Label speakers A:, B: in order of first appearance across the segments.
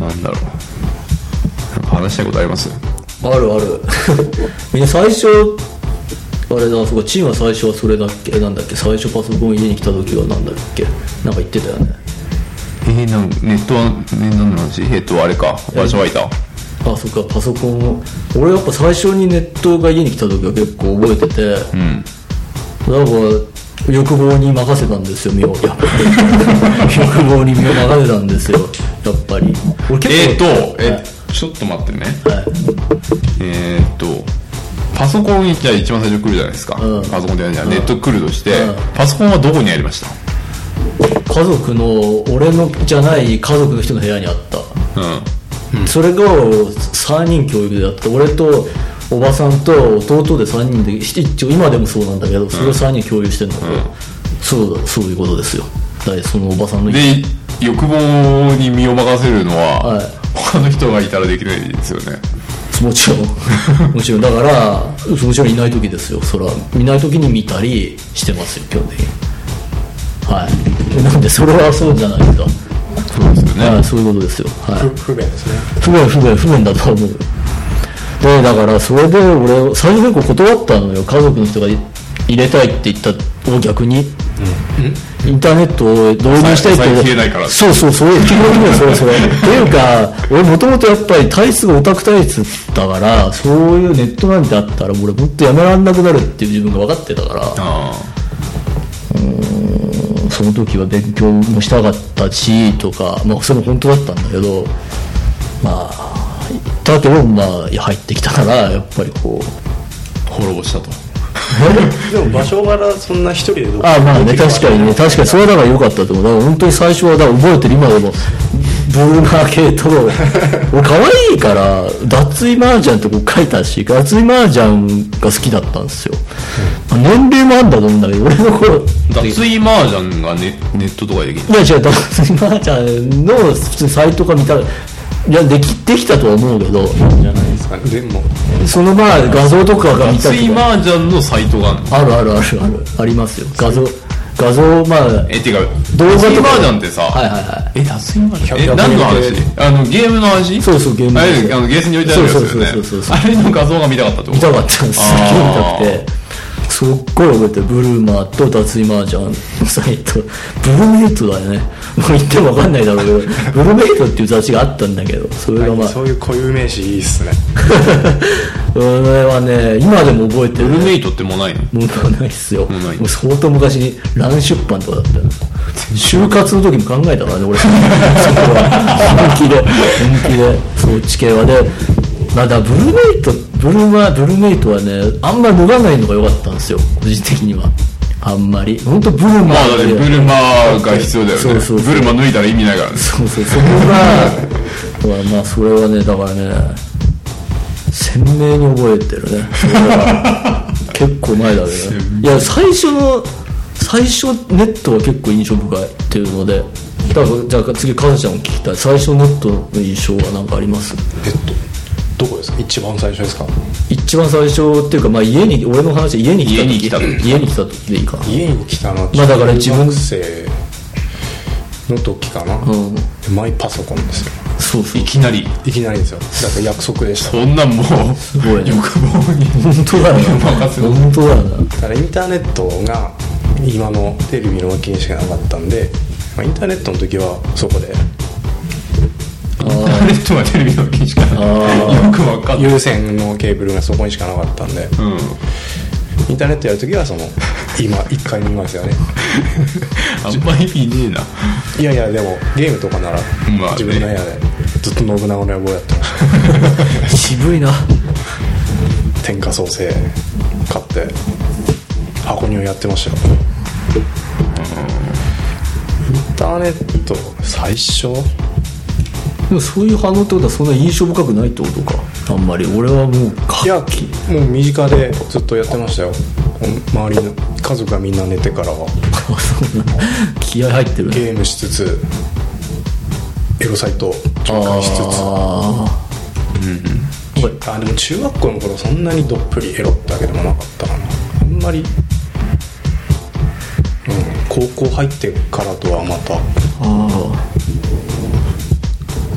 A: なんだろうなんか話したいことあります
B: あるある みんな最初あれだそうかチンは最初はそれだっけなんだっけ最初パソコン家に来た時はなんだっけなんか言ってたよね
A: えー、なんネットは、ね、何の話えっとあれかバージョンワイター
B: あそっかパソコンを俺やっぱ最初にネットが家に来た時は結構覚えてて、
A: うん
B: なんか欲望に任せたんですよ身をやっぱり 欲望に身を任せたんですよやっぱり俺結
A: えー、っと
B: は
A: え
B: い
A: ちょっと待ってね
B: はい
A: えー、っとパソコンにじゃあ一番最初来るじゃないですか、
B: うん
A: パソコンじゃないじゃんネット来るとして、
B: うん
A: パソコンはどこにありまし
B: 家族の俺のじゃない家族の人の部屋にあった
A: たうん
B: それが3人教育でやって俺とおばさんと弟で3人でし一応今でもそうなんだけどそれを3人共有してんだけど、そうだそういうことですよだいそのおばさんの家
A: で欲望に身を任せるのは、
B: はい
A: 他の人がいたらできないですよね
B: もちろ んもちろんだからもちろんいない時ですよそれはいない時に見たりしてますよ基本的にはいなんでそれはそうじゃないですか、
A: そうですよね、
B: はい、そういうことですよはい
C: 不不便ですね
B: 不便不便不便だと思うでだからそれで俺最初結構断ったのよ家族の人がい入れたいって言ったを逆に、インターネットを導入したいって
A: お財布消えないから
B: そうそうそう基本的にはそれそれっていうか俺もともとやっぱり体質がオタク体質だからそういうネットなんてあったら俺もっとやめらんなくなるっていう自分が分かってたから
A: あ
B: その時は勉強もしたかったしとか、まあ、それも本当だったんだけどまあだけどまあ入ってきたからやっぱりこう
A: あ滅ぼしたと
C: でも場所柄そんな一人でどこ
B: ああまあね確かにね確かにそれはだから良かったと思うだから本当に最初はだから覚えてる今でもブルーマー系と俺可愛いから脱衣麻雀ってこう書いたし脱衣麻雀が好きだったんですよ、まあ年齢もあんだと思うんだけど俺の頃
A: 脱衣麻雀がネネットとかでできる
B: いや違う、ダンスマーちゃんの普通にサイトか見たら、いや、でき、できたとは思うけど、
C: じゃないですかねでも
B: そのまあ画像とかが見た
A: 脱
B: り
A: 衣
B: とか
A: 麻雀のサイトがあるの
B: あるあるあるある、ありますよ。画像、画像、まあ、
A: えてか
B: 動画とか
A: 脱衣麻雀ってさ、
B: はいはいは
A: え脱衣麻雀え
C: 100
A: 何の話あのゲームの話
B: い。そうそう、ゲーム
A: あ
B: です
A: れあのゲーセンに置いてあるやつ
B: そうそうそう
A: です
B: そう
A: よね
B: そう。
A: あれの画像が見たかったってこと
B: 見たかったんですすげ
A: あー
B: え見たくてすっごい覚えてるブルーマーと脱衣マージャンのサイトブルメイトだよねもう言っても分かんないだろうけどブルメイトっていう雑誌があったんだけどそれがまあ
C: そういう固有名詞いいっすね
B: それはね今でも覚えてる
A: ブルメイトってもうないの
B: もうないっすよ。
A: うない
B: もう相当昔に乱出版とかだったよ。就活の時も考えたからね、俺。そこは。本気で。本気で。そう、地形はで。まあだからブルーメイト、ブルマ、ブルーメイトはね、あんま脱がないのが良かったんですよ、個人的には。あんまり。本当ブルマ
A: まあだって
B: で
A: ブルマが必要だよね
B: そうそうそう
A: ブルマ脱いだら意味ないからね
B: そうそう、そこが、だからまあそれはね、だからね、鮮明に覚えてるね。それは結構前だけどね。いや、最初の、最初ネットは結構印象深いっていうので、多分じゃあ次、カズちゃんも聞きたい。最初ネットの印象は何かあります
C: えっとどこですか一番最初ですか
B: 一番最初っていうか、まあ家に、俺の話、家に来た時。
A: 家に来た時
B: 家に来た時でいいか。
C: 家に来たのは
B: まあだから自
C: 中
B: 分
C: 学生の時かな、
B: ん
C: マイパソコンですよ
B: そうそう
A: い。きなり
C: いきなりですよだから約束でした
A: そんなんもう
B: ごいね
A: 欲望に
B: 本当だよな。
A: 任せろ
B: 本当だよな。
C: だからインターネットが今のテレビの脇にしかなかったんで、まあ、インターネットの時はそこで
A: インターネットはテレビの禁止かなよくわかんない
C: 有線のケーブルがそこにしかなかったんで
A: うん
C: インターネットやる時はその今1階にいますよね
A: あんま意味ねえない
C: やいやでもゲームとかなら
A: まあね
C: 自分の部屋でずっと信長の野 望やってました
B: 渋いな。
C: 天下創生買って箱庭やってましたよインターネット最初
B: でもそういう反応ってことはそんな印象深くないってことかあんまり俺はもうか
C: いやもう身近でずっとやってましたよこの周りの家族がみんな寝てからは
B: そうな 気合入ってるね
C: ゲームしつつエロサイト紹介しつ
B: あ
C: つあでも中学校の頃そんなにどっぷりエロってわけでもなかったかなあんまり、うん、高校入ってからとはまた
B: あああ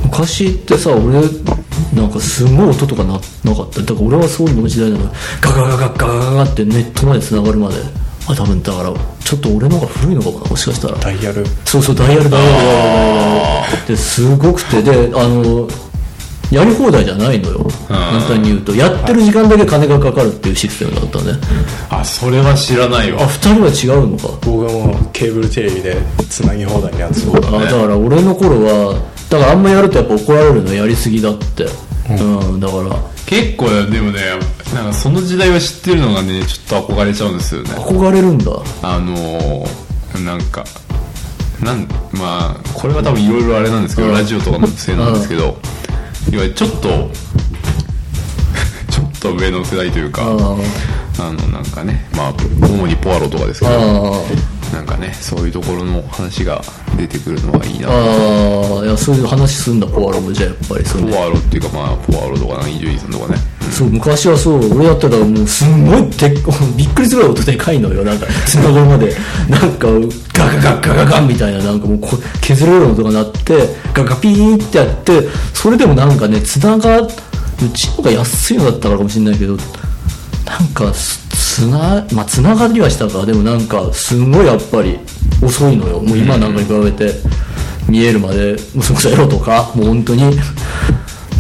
B: 昔ってさ俺なんかすごい音とかななかっただから俺はソウルの時代だからガガガガガガガってネットまで繋がるまであ多分だからちょっと俺の方が古いのかもなもしかしたら
C: ダイヤル
B: そうそうダイヤルダイヤルですごくてであのやり放題じゃないのよ簡単に言うとやってる時間だけ金がかかるっていうシステムだったね
A: あそれは知らないわ
B: あ2人は違うのか
C: 僕はもうケーブルテレビでつなぎ放題のやつを
B: あだから俺の頃はだからあんまやるとやっぱ怒られるのやりすぎだってうん、だから
A: 結構でもねなんかその時代は知ってるのがねちょっと憧れちゃうんですよね
B: 憧れるんだ
A: あのー、なんかなんまあこれは多分いろいろあれなんですけど、ラジオとかのせいなんですけど、いわゆるちょっと ちょっと上の世代というか、
B: あ
A: あのなんかねまあ主にポアロとかですけ
B: あ
A: ど
B: あ
A: なんかねそういうところの話が出てくるのはいいな
B: ああいやそういう話すんだポアロもじゃあやっぱりそうね
A: ポアロっていうかまあポアロとか伊集院さんとかね
B: そう昔はそう俺だったらもうすんごいでっ びっくりするぐらい音でかいのよなんかつながるま でなんかガガガガガガンみたいななんかもうこ削れるような音が鳴ってガガピーンってやってそれでもなんかねつながうちのが安いのだったからかもしれないけどなんかすつなまあつながりはしたかでもなんかすごいやっぱり遅いのよもう今なんかに比べて見えるまでもうそれこそエロとかもう本当に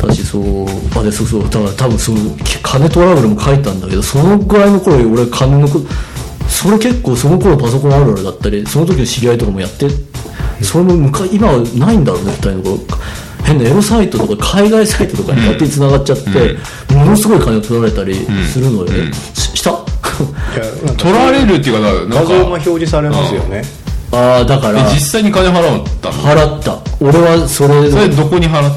B: だしそうあでそうそうだから多分そのき金トラブルも書いたんだけどそのぐらいの頃より俺金のこそれ結構その頃パソコンあるあるだったりその時の知り合いとかもやってそれも昔今はないんだろうね二人の頃変なエロサイトとか海外サイトとかに勝手に繋がっちゃって、ものすごい金を取られたりするのよね、しした
C: いやなんか
A: 取られるっていうかなんか
C: 画像が表示されますよね
B: ああだから
A: え実際に金払ったの
B: 払った俺はそれ
A: それどこに払っ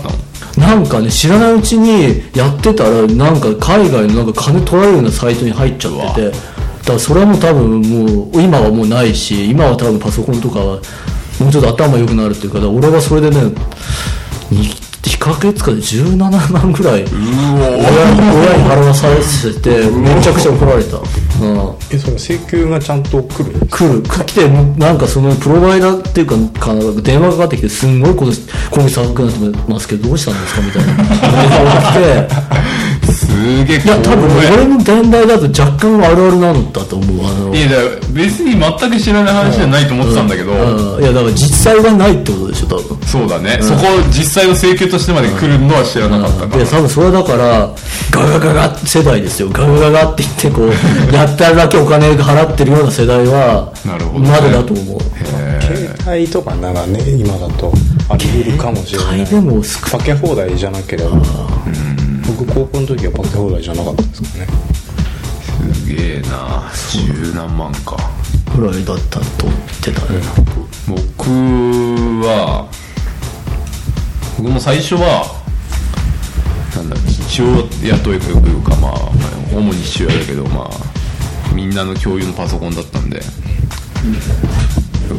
A: たの
B: なんかね知らないうちにやってたらなんか海外のなんか金取られるようなサイトに入っちゃっててだからそれはもう多分もう今はもうないし今は多分パソコンとかはもうちょっと頭良くなるっていうかだから俺はそれでねに2ヶ月間で17万ぐらい親に親に払わされててめちゃくちゃ怒られた。うん
C: えその請求がちゃんと来る
B: 来る来てなんかそのプロバイダーっていうかか電話がかかってきてすんごいこと今月寒くなってますけどどうしたんですかみたいな電話が来て
A: すげえ
B: いや多分俺の年代だと若干あるあるなのだと思うあの
A: いやだから別に全く知らない話じゃないと思ってたんだけど、
B: うんいやだから実際がないってことでしょ多分
A: そうだね、そこ実際の請求としてまで来るのは知らなかったか
B: い
A: ら、
B: や多分それはだからガガガガ世代ですよガガガガって言ってこうやったらだけお金払ってるような世代は
A: なるほどね
B: まだだと思う
C: 携帯とかならね今だとあり得るかもしれな
B: 買
C: い
B: いでも少ない
C: かけ放題じゃなければ僕高校の時はかけ放題じゃなかったですかね
A: すげえな十何万か
B: ぐらいだったと思ってたね、
A: 僕は僕も最初はなんだ父親というかまあ主に父親だけどまあみんなの共有のパソコンだったんで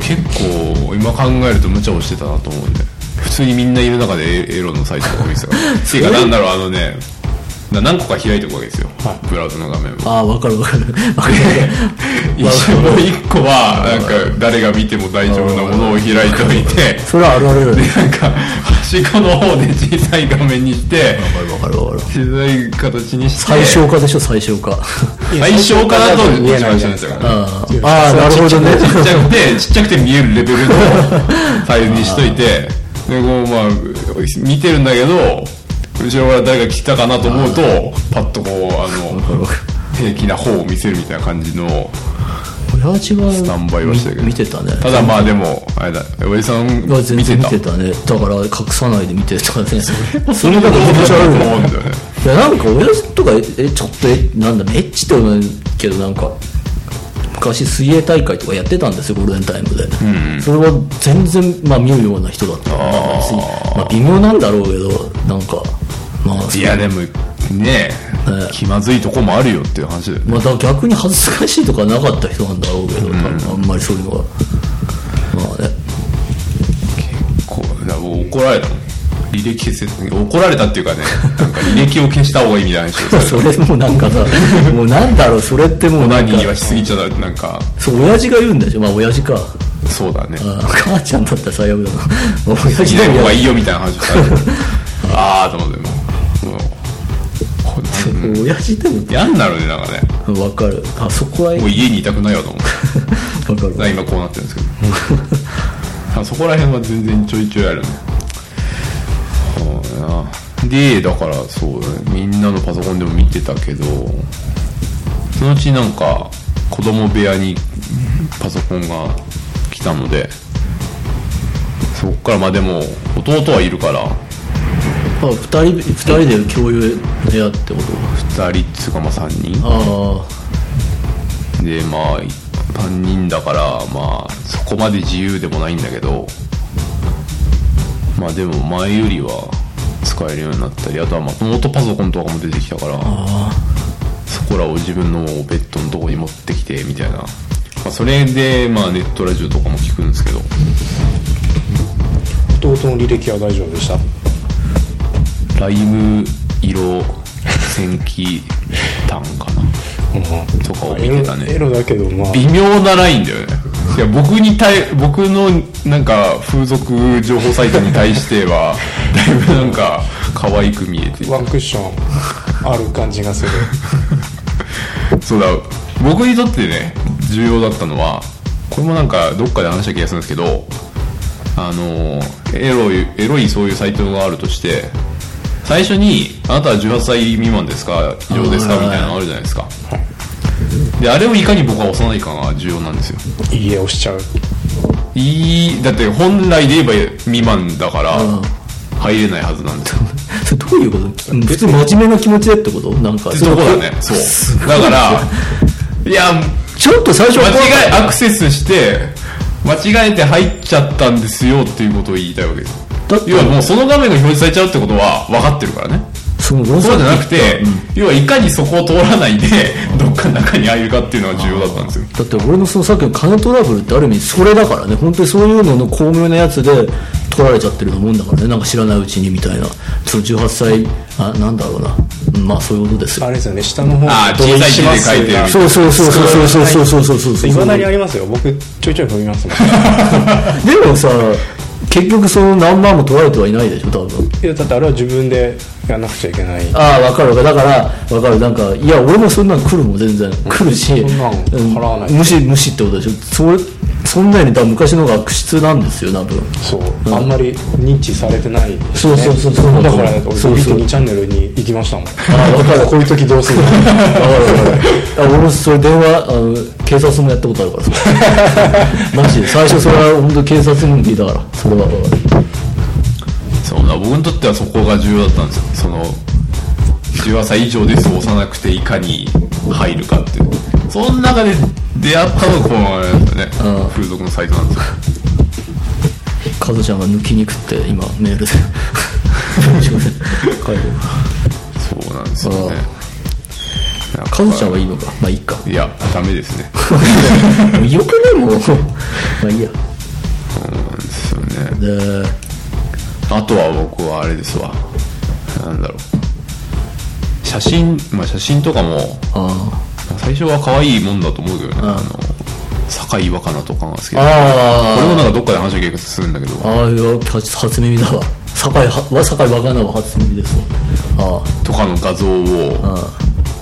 A: 結構今考えると無茶をしてたなと思うんで普通にみんないる中でエエロのサイトとか見てたからていうかなんだろうあのねな何個か開いておくわけですよ、ブラウザの画面を
B: ああ、わかるわかる。わかるわか
A: 一応一個はなんか誰が見ても大丈夫なものを開いておいて
B: る。それはあるあるよね。
A: なんか端っこの方で小さい画面にして
B: わかるわかるわかる。
A: 小さい形にして
B: 最小化でしょ、最小化。
A: 最小化だと一番下ですよね
B: あーあー、なるほどね。
A: ちっちゃく てちっちゃくて見えるレベ ルのサイズにしといてでこうまあ見てるんだけど後ろから誰が来たかなと思うとパッとこうあの平気な方を見せるみたいな感じの
B: 親父は、ス
A: タンバイはしてたけど
B: 見てたね。
A: ただまあでもあれだ親父さん
B: うわ全
A: 見て
B: 然見
A: た
B: てたね。だから、隠さないで見てたね。
A: それだと
B: 気持ち悪い よね
A: 思うんだよね
B: いやなんか親父とかえちょっとえなんだろうエッチってことないけどなんか昔水泳大会とかやってたんですよゴールデンタイムで、それは全然、まあ、見るような人だったから別にまあ、微妙なんだろうけどなんかまあ
A: いやでもねえ気まずいとこもあるよっていう話だよね
B: まあ、だから逆に恥ずかしいとかなかった人なんだろうけど、多分あんまりそういうのがまあね
A: こうだからもう怒られたもん履歴消せ怒られたっていうかねなんか履歴を消した方がいいみたいな話を されて
B: それもなんかさもうなんだろうそれってもう
A: オ
B: な
A: ナ
B: ん
A: ニ
B: か
A: ーはしすぎちゃだなんか
B: そう親父が言うんでしょまあ親父か
A: そうだね。
B: あ母ちゃんだったら最悪だな親
A: 好き
B: 父
A: な
B: で
A: 方
B: も
A: が
B: や
A: いいよみたいな話をされてああと思ってもうもうこれ
B: 親父でも
A: 嫌になるねなんかね
B: わかるあそこはわ
A: もう家にいたくないわと思って
B: かる
A: だから今こうなってるんですけどあそこら辺は全然ちょいちょいあるねそうだなでだからそうだねみんなのパソコンでも見てたけどそのうちなんか子供部屋にパソコンが来たのでそっからまあでも弟はいるから
B: あ二人二人で共有部屋ってこと
A: 2人っつうかまあ3人
B: あ
A: でまあ3人だからまあそこまで自由でもないんだけどまあでも前よりは使えるようになったりあとはまあノートパソコンとかも出てきたからそこらを自分のベッドのとこに持ってきてみたいな、まあ、それでまあネットラジオとかも聞くんですけど
C: 弟の履歴は大丈夫でした
A: ライム色戦記炭かなとかを見てたね
C: エロエロだけどまあ
A: 微妙なラインだよねいや僕に対僕のなんか風俗情報サイトに対しては だいぶなんか可愛く見えて
C: ワンクッションある感じ がする
A: そうだ僕にとってね重要だったのはこれもなんかどっかで話した気がするんですけどあのエロいエロいそういうサイトがあるとして最初に「あなたは18歳未満ですか以上ですか?」みたいなのあるじゃないですかであれをいかに僕は押さないかが重要なんですよ
C: いいえ押しちゃう
A: いいだって本来で言えば未満だから入れないはずなんですよ
B: あそれどういうこと普通に真面目な気持ちでってことなんか
A: って とこだねそうだからいや
B: ちょっと最初
A: 間違え
B: い
A: アクセスして間違えて入っちゃったんですよっていうことを言いたいわけです
B: だって
A: 要はもうその画面が表示されちゃうってことは分かってるからね
B: その
A: そうじゃなくて、要はいかにそこを通らないでどっかの中に入るかっていうのが重要だったんですよ
B: だって俺のそのさっきの金トラブルってある意味それだからね本当にそういうのの巧妙なやつで取られちゃってるようなもんだからねなんか知らないうちにみたいなその18歳あなんだろうなうんまあそういうことです
C: あ
B: よ
C: れですよね下の方
A: あー小さい字で書いてる
C: 同意します
B: そうそうそうそうそうそうそうそうそうそう
C: いまだにありますよ僕ちょいちょい踏みますもん
B: でもさ結局その何万も取られてはいないでしょ多分
C: いやだってあれは自分でやんなくちゃいけない
B: ああ分かる分かるだから分かるなんかいや俺もそんなの来るもん全然来るし、
C: そんなの払わない
B: 無視無視ってことでしょそれそんなより多分昔の方が悪質なんですよ多分
C: そう、あんまり認知されてない、ね、
B: そうそうそうそう
C: だから俺
B: そうそう
C: 2チャンネルに行きましたもん
B: あ分かる
C: こういう時どうするの
B: わかるわかるあ俺もそれ電話あの警察もやったことあるから それマジで最初それは本当警察に聞いたからそれは分かる
A: そうだ僕にとってはそこが重要だったんですよその18歳以上ですを押さなくていかに入るかっていうその中で出会ったのがこのあれなんですよね
B: うん
A: 風俗のサイトなんですよ
B: カズちゃんが抜きにくって今メー ルで文章で書いてる
A: そうなんですよねなんか
B: カズちゃんはいいのかまあいいか
A: いやダメですね
B: よくないもんまあいいや
A: そうなんですよね
B: で
A: あとは僕はあれですわなんだろう写真まあ写真とかも
B: あ
A: 最初は可愛いもんだと思うけどね、あの堺若菜とかが好きで
B: あ
A: これも
B: あ
A: なんかどっかで話が結構するんだけど
B: ああいや初初耳だわ酒井は酒井若菜は初耳ですわああ
A: とかの画像を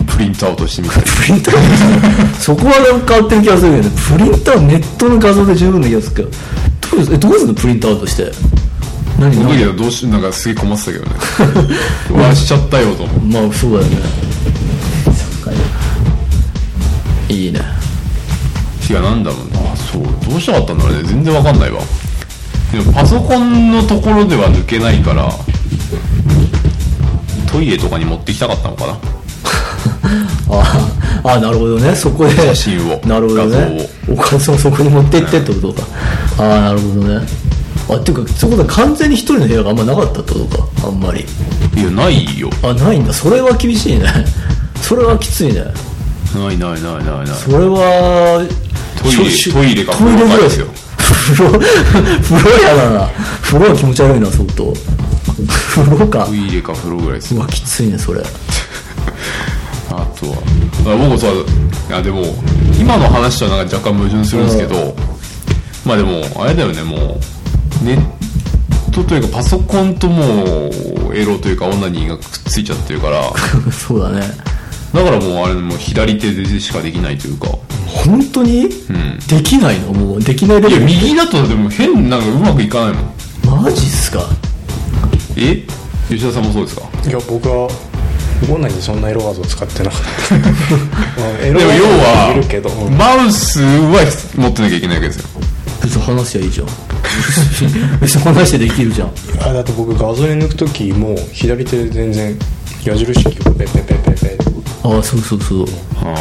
A: プリントアウトしてみたり
B: プリンターそこはなんか変わってる気がするけどねプリンターネットの画像で十分な気がするけどどうですえどうするのプリントアウトして何
A: その
B: 何
A: 時はどうしなんかすげえ困ってたけどねうわしちゃったよと思って
B: まあそうだよねいいね
A: 違うなんだろうなあそうどうしたかったんだろうね全然わかんないわでもパソコンのところでは抜けないからトイレとかに持ってきたかったのかな
B: ああああなるほどねそこで
A: 写真を
B: なるほどねお母さんをそこに持って行ってってことか、ああなるほどねあっていうかそこで完全に一人の部屋があんまなかったってことかあんまり
A: いやないよ
B: あないんだそれは厳しいねそれはきついね
A: ないないないないない
B: それは
A: トイレ
B: しょし
A: トイレが
B: トイレぐらい
A: で
B: ですす
A: よ
B: よ風呂風呂 やだな風呂は気持ち悪いな相当風呂か
A: トイレか風呂ぐらいです
B: うわきついねそれ
A: あとはあ僕さあでも今の話とはなんか若干矛盾するんですけど、まあでもあれだよねもうネットというかパソコンともうエロというかオナニーがくっついちゃってるから
B: そうだね
A: だからもうあれもう左手でしかできないというか
B: 本当に、できないのもうできないレ
A: い
B: ベ
A: や
B: ル
A: 右だとでも変なんかうまくいかないもん
B: マジっすか
A: え吉田さんもそうですか
C: いや僕はこんなにそんなエロワード使ってなかった、うん
A: で
C: エロ
A: も
C: ワ
A: 要
C: ード
A: は
C: はいるけど、うん
A: マウスは持ってなきゃいけないわけですよ
B: 別に話しゃいいじゃん 別に話してできるじゃん
C: あだって僕画像に抜く時も左手で全然矢印キーをペペペペペペ
B: ああそうそうそう
A: ああ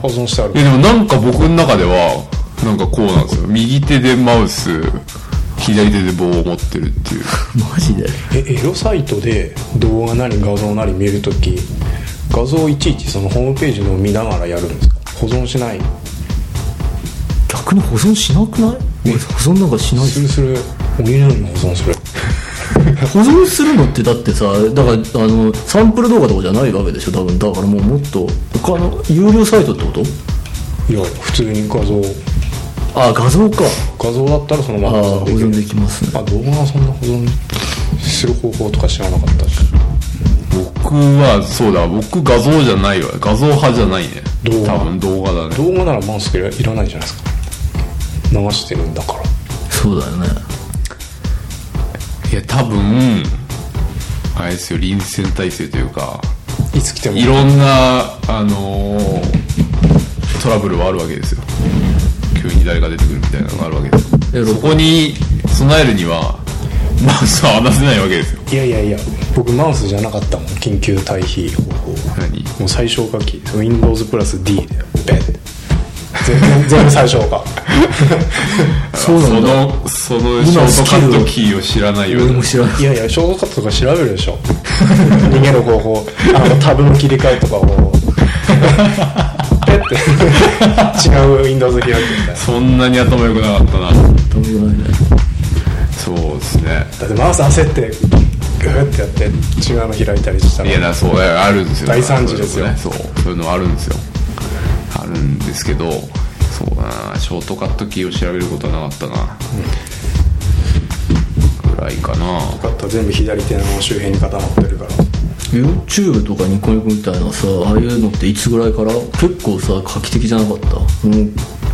C: 保存してある
A: いやでもなんか僕の中ではなんかこうなんですよ右手でマウス左手で棒を持ってるっていう
B: マジで
C: えエロサイトで動画なり画像なり見るとき画像をいちいちそのホームページのを見ながらやるんですか保存しない
B: 逆に保存しなくない俺保存なんかしないっ
C: す
B: す
C: るするお見のように保存する
B: 保存するのってだってさだからあのサンプル動画とかじゃないわけでしょ多分だからもうもっと他の有料サイトってこと
C: いや普通に画像
B: ああ画像か
C: 画像だったらそのま
B: ああ
C: ま保
B: 保
C: 存
B: 存
C: で
B: で
C: きる
B: きますね
C: あ動画はそんな保存する方法とか知らなかったし
A: 僕はそうだ僕画像じゃないわ画像派じゃないね
C: 動画
A: 多分動画だね
C: 動画ならマウスいらいらないじゃないですか流してるんだから
B: そうだよね
A: いや多分あれですよ臨戦態勢というか
C: いつ来ても
A: いろんなあのートラブルはあるわけですよ急に誰か出てくるみたいなのがあるわけです
B: エ
A: よ
B: ロ
A: そこに備えるにはマウスは離せないわけですよ
C: いやいやいや僕マウスじゃなかったもん緊急退避方法
A: 何
C: もう最小化キー Windows プラス D でベッ全部全部最小化
B: そう
A: そ
B: なんだ
A: の、そのショ
B: 今
A: ートカットキーを知らないよう
B: 俺
A: な
B: も。知らない
C: いやいや消化カットとか調べるでしょ逃げる方法あのタブの切り替えとかをペッて違う Windows 開くみたいな
A: そんなに頭良くなかったな。
B: とんでもないね
A: そうですね。
C: だってマウス焦ってグーってやって違うの開いたりした
A: い
C: ら
A: や、だそう、だあるんですよ。
C: 大惨事ですよ
A: そういうことねそう、そういうのあるんですよ。あるんですけど、そうだな、ショートカットキーを調べることはなかったな。ぐらいかな。
C: カットは全部左手の周辺に固まってるから
B: YouTube とかニコニコみたいなさああいうのっていつぐらいから結構さ画期的じゃなかったもう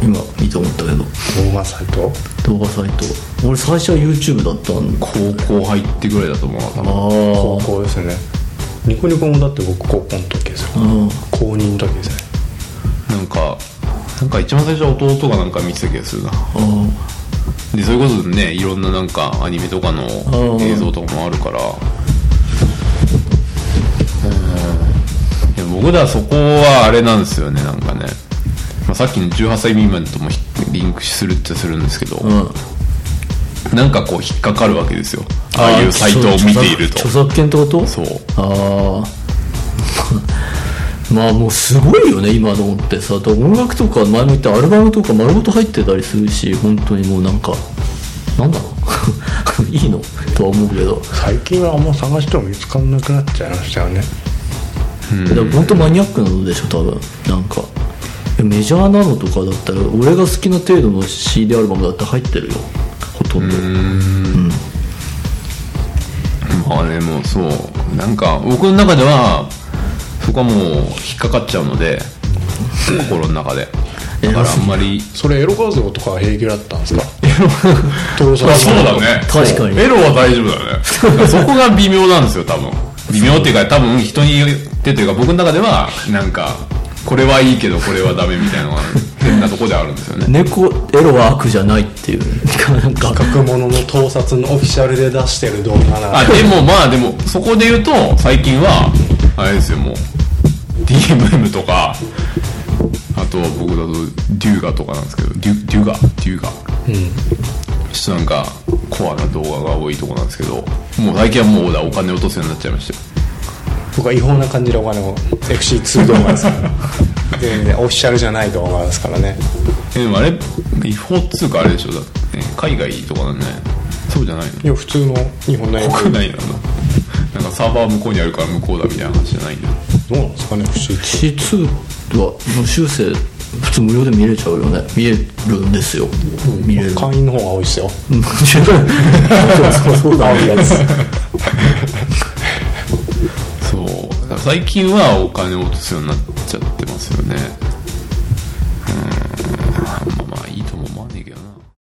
B: 今見て思ったけど
C: 動画サイト
B: 動画サイト俺最初は YouTube だったんだ
A: 高校入ってぐらいだと思うな。多分
B: あ
C: 高
B: あ
C: 校ですねニコニコもだって僕高校の時ですよ
B: うん
C: 高認の時ですね
A: なんか、なんか一番最初は弟がなんか見てた気がするな。
B: あ
A: でそれこそねいろんななんかアニメとかの
B: ん
A: 映像とかもあるからうんいや僕らそこはあれなんですよねなんかね、まあ、さっきの18歳未満ともひリンクするっちゃするんですけど、
B: あうん
A: なんかこう引っかかるわけですよああいうサイトを見ていると
B: 著作権ってこと
A: そう
B: ああ まあもうすごいよね今のってさだから音楽とか前も言ったアルバムとか丸ごと入ってたりするし本当にもうなんかなんだろう いいのとは思うけど、
C: 最近はあんま探しても見つかんなくなっちゃいましたよね
B: だから本当マニアックなのでしょ多分なんかメジャーなのとかだったら俺が好きな程度の CD アルバムだって入ってるよほとんど
A: まあでもそうなんか僕の中ではそこはもう引っかかっちゃうので 心の中でだからあんまり
C: それエロ画像とか平気だったんですかエロ登
A: ま
C: 場
A: あそうだね
B: 確かに
A: エロは大丈夫だね そこが微妙なんですよ多分微妙っていうか多分人によってというか僕の中ではなんかこれはいいけどこれはダメみたいなのが 変なとこであるんですよね
B: 猫エロは悪じゃないっていう なんか
C: 学物の盗撮のオフィシャルで出してる動画なら
A: あでもまあでもそこで言うと最近はあれですよもう DMM とかあと僕だとデューガとかなんですけどデュデュガデューガちょっとなんかコアな動画が多いとこなんですけどもう最近はもうお金落とすようになっちゃいましたよ
C: 僕は違法な感じでお金を FC2 動画ですから全然オフィシャルじゃない動画ですからね
A: えでもあれ違法っつうかあれでしょだって、ね、海外とかだねそうじゃないの
C: いや普通の日本の映像
A: 国内なのなんかサーバー向こうにあるから向こうだみたいな話じゃないんだよ
C: どうなんですかね FC2
B: C2 は無修正普通無料で見れちゃうよね見れるんですよ、見れる
C: 会員の方が多いですよ
B: うんそう そうそうだね
A: そうだから最近はお金を落とすようになっちゃってますよね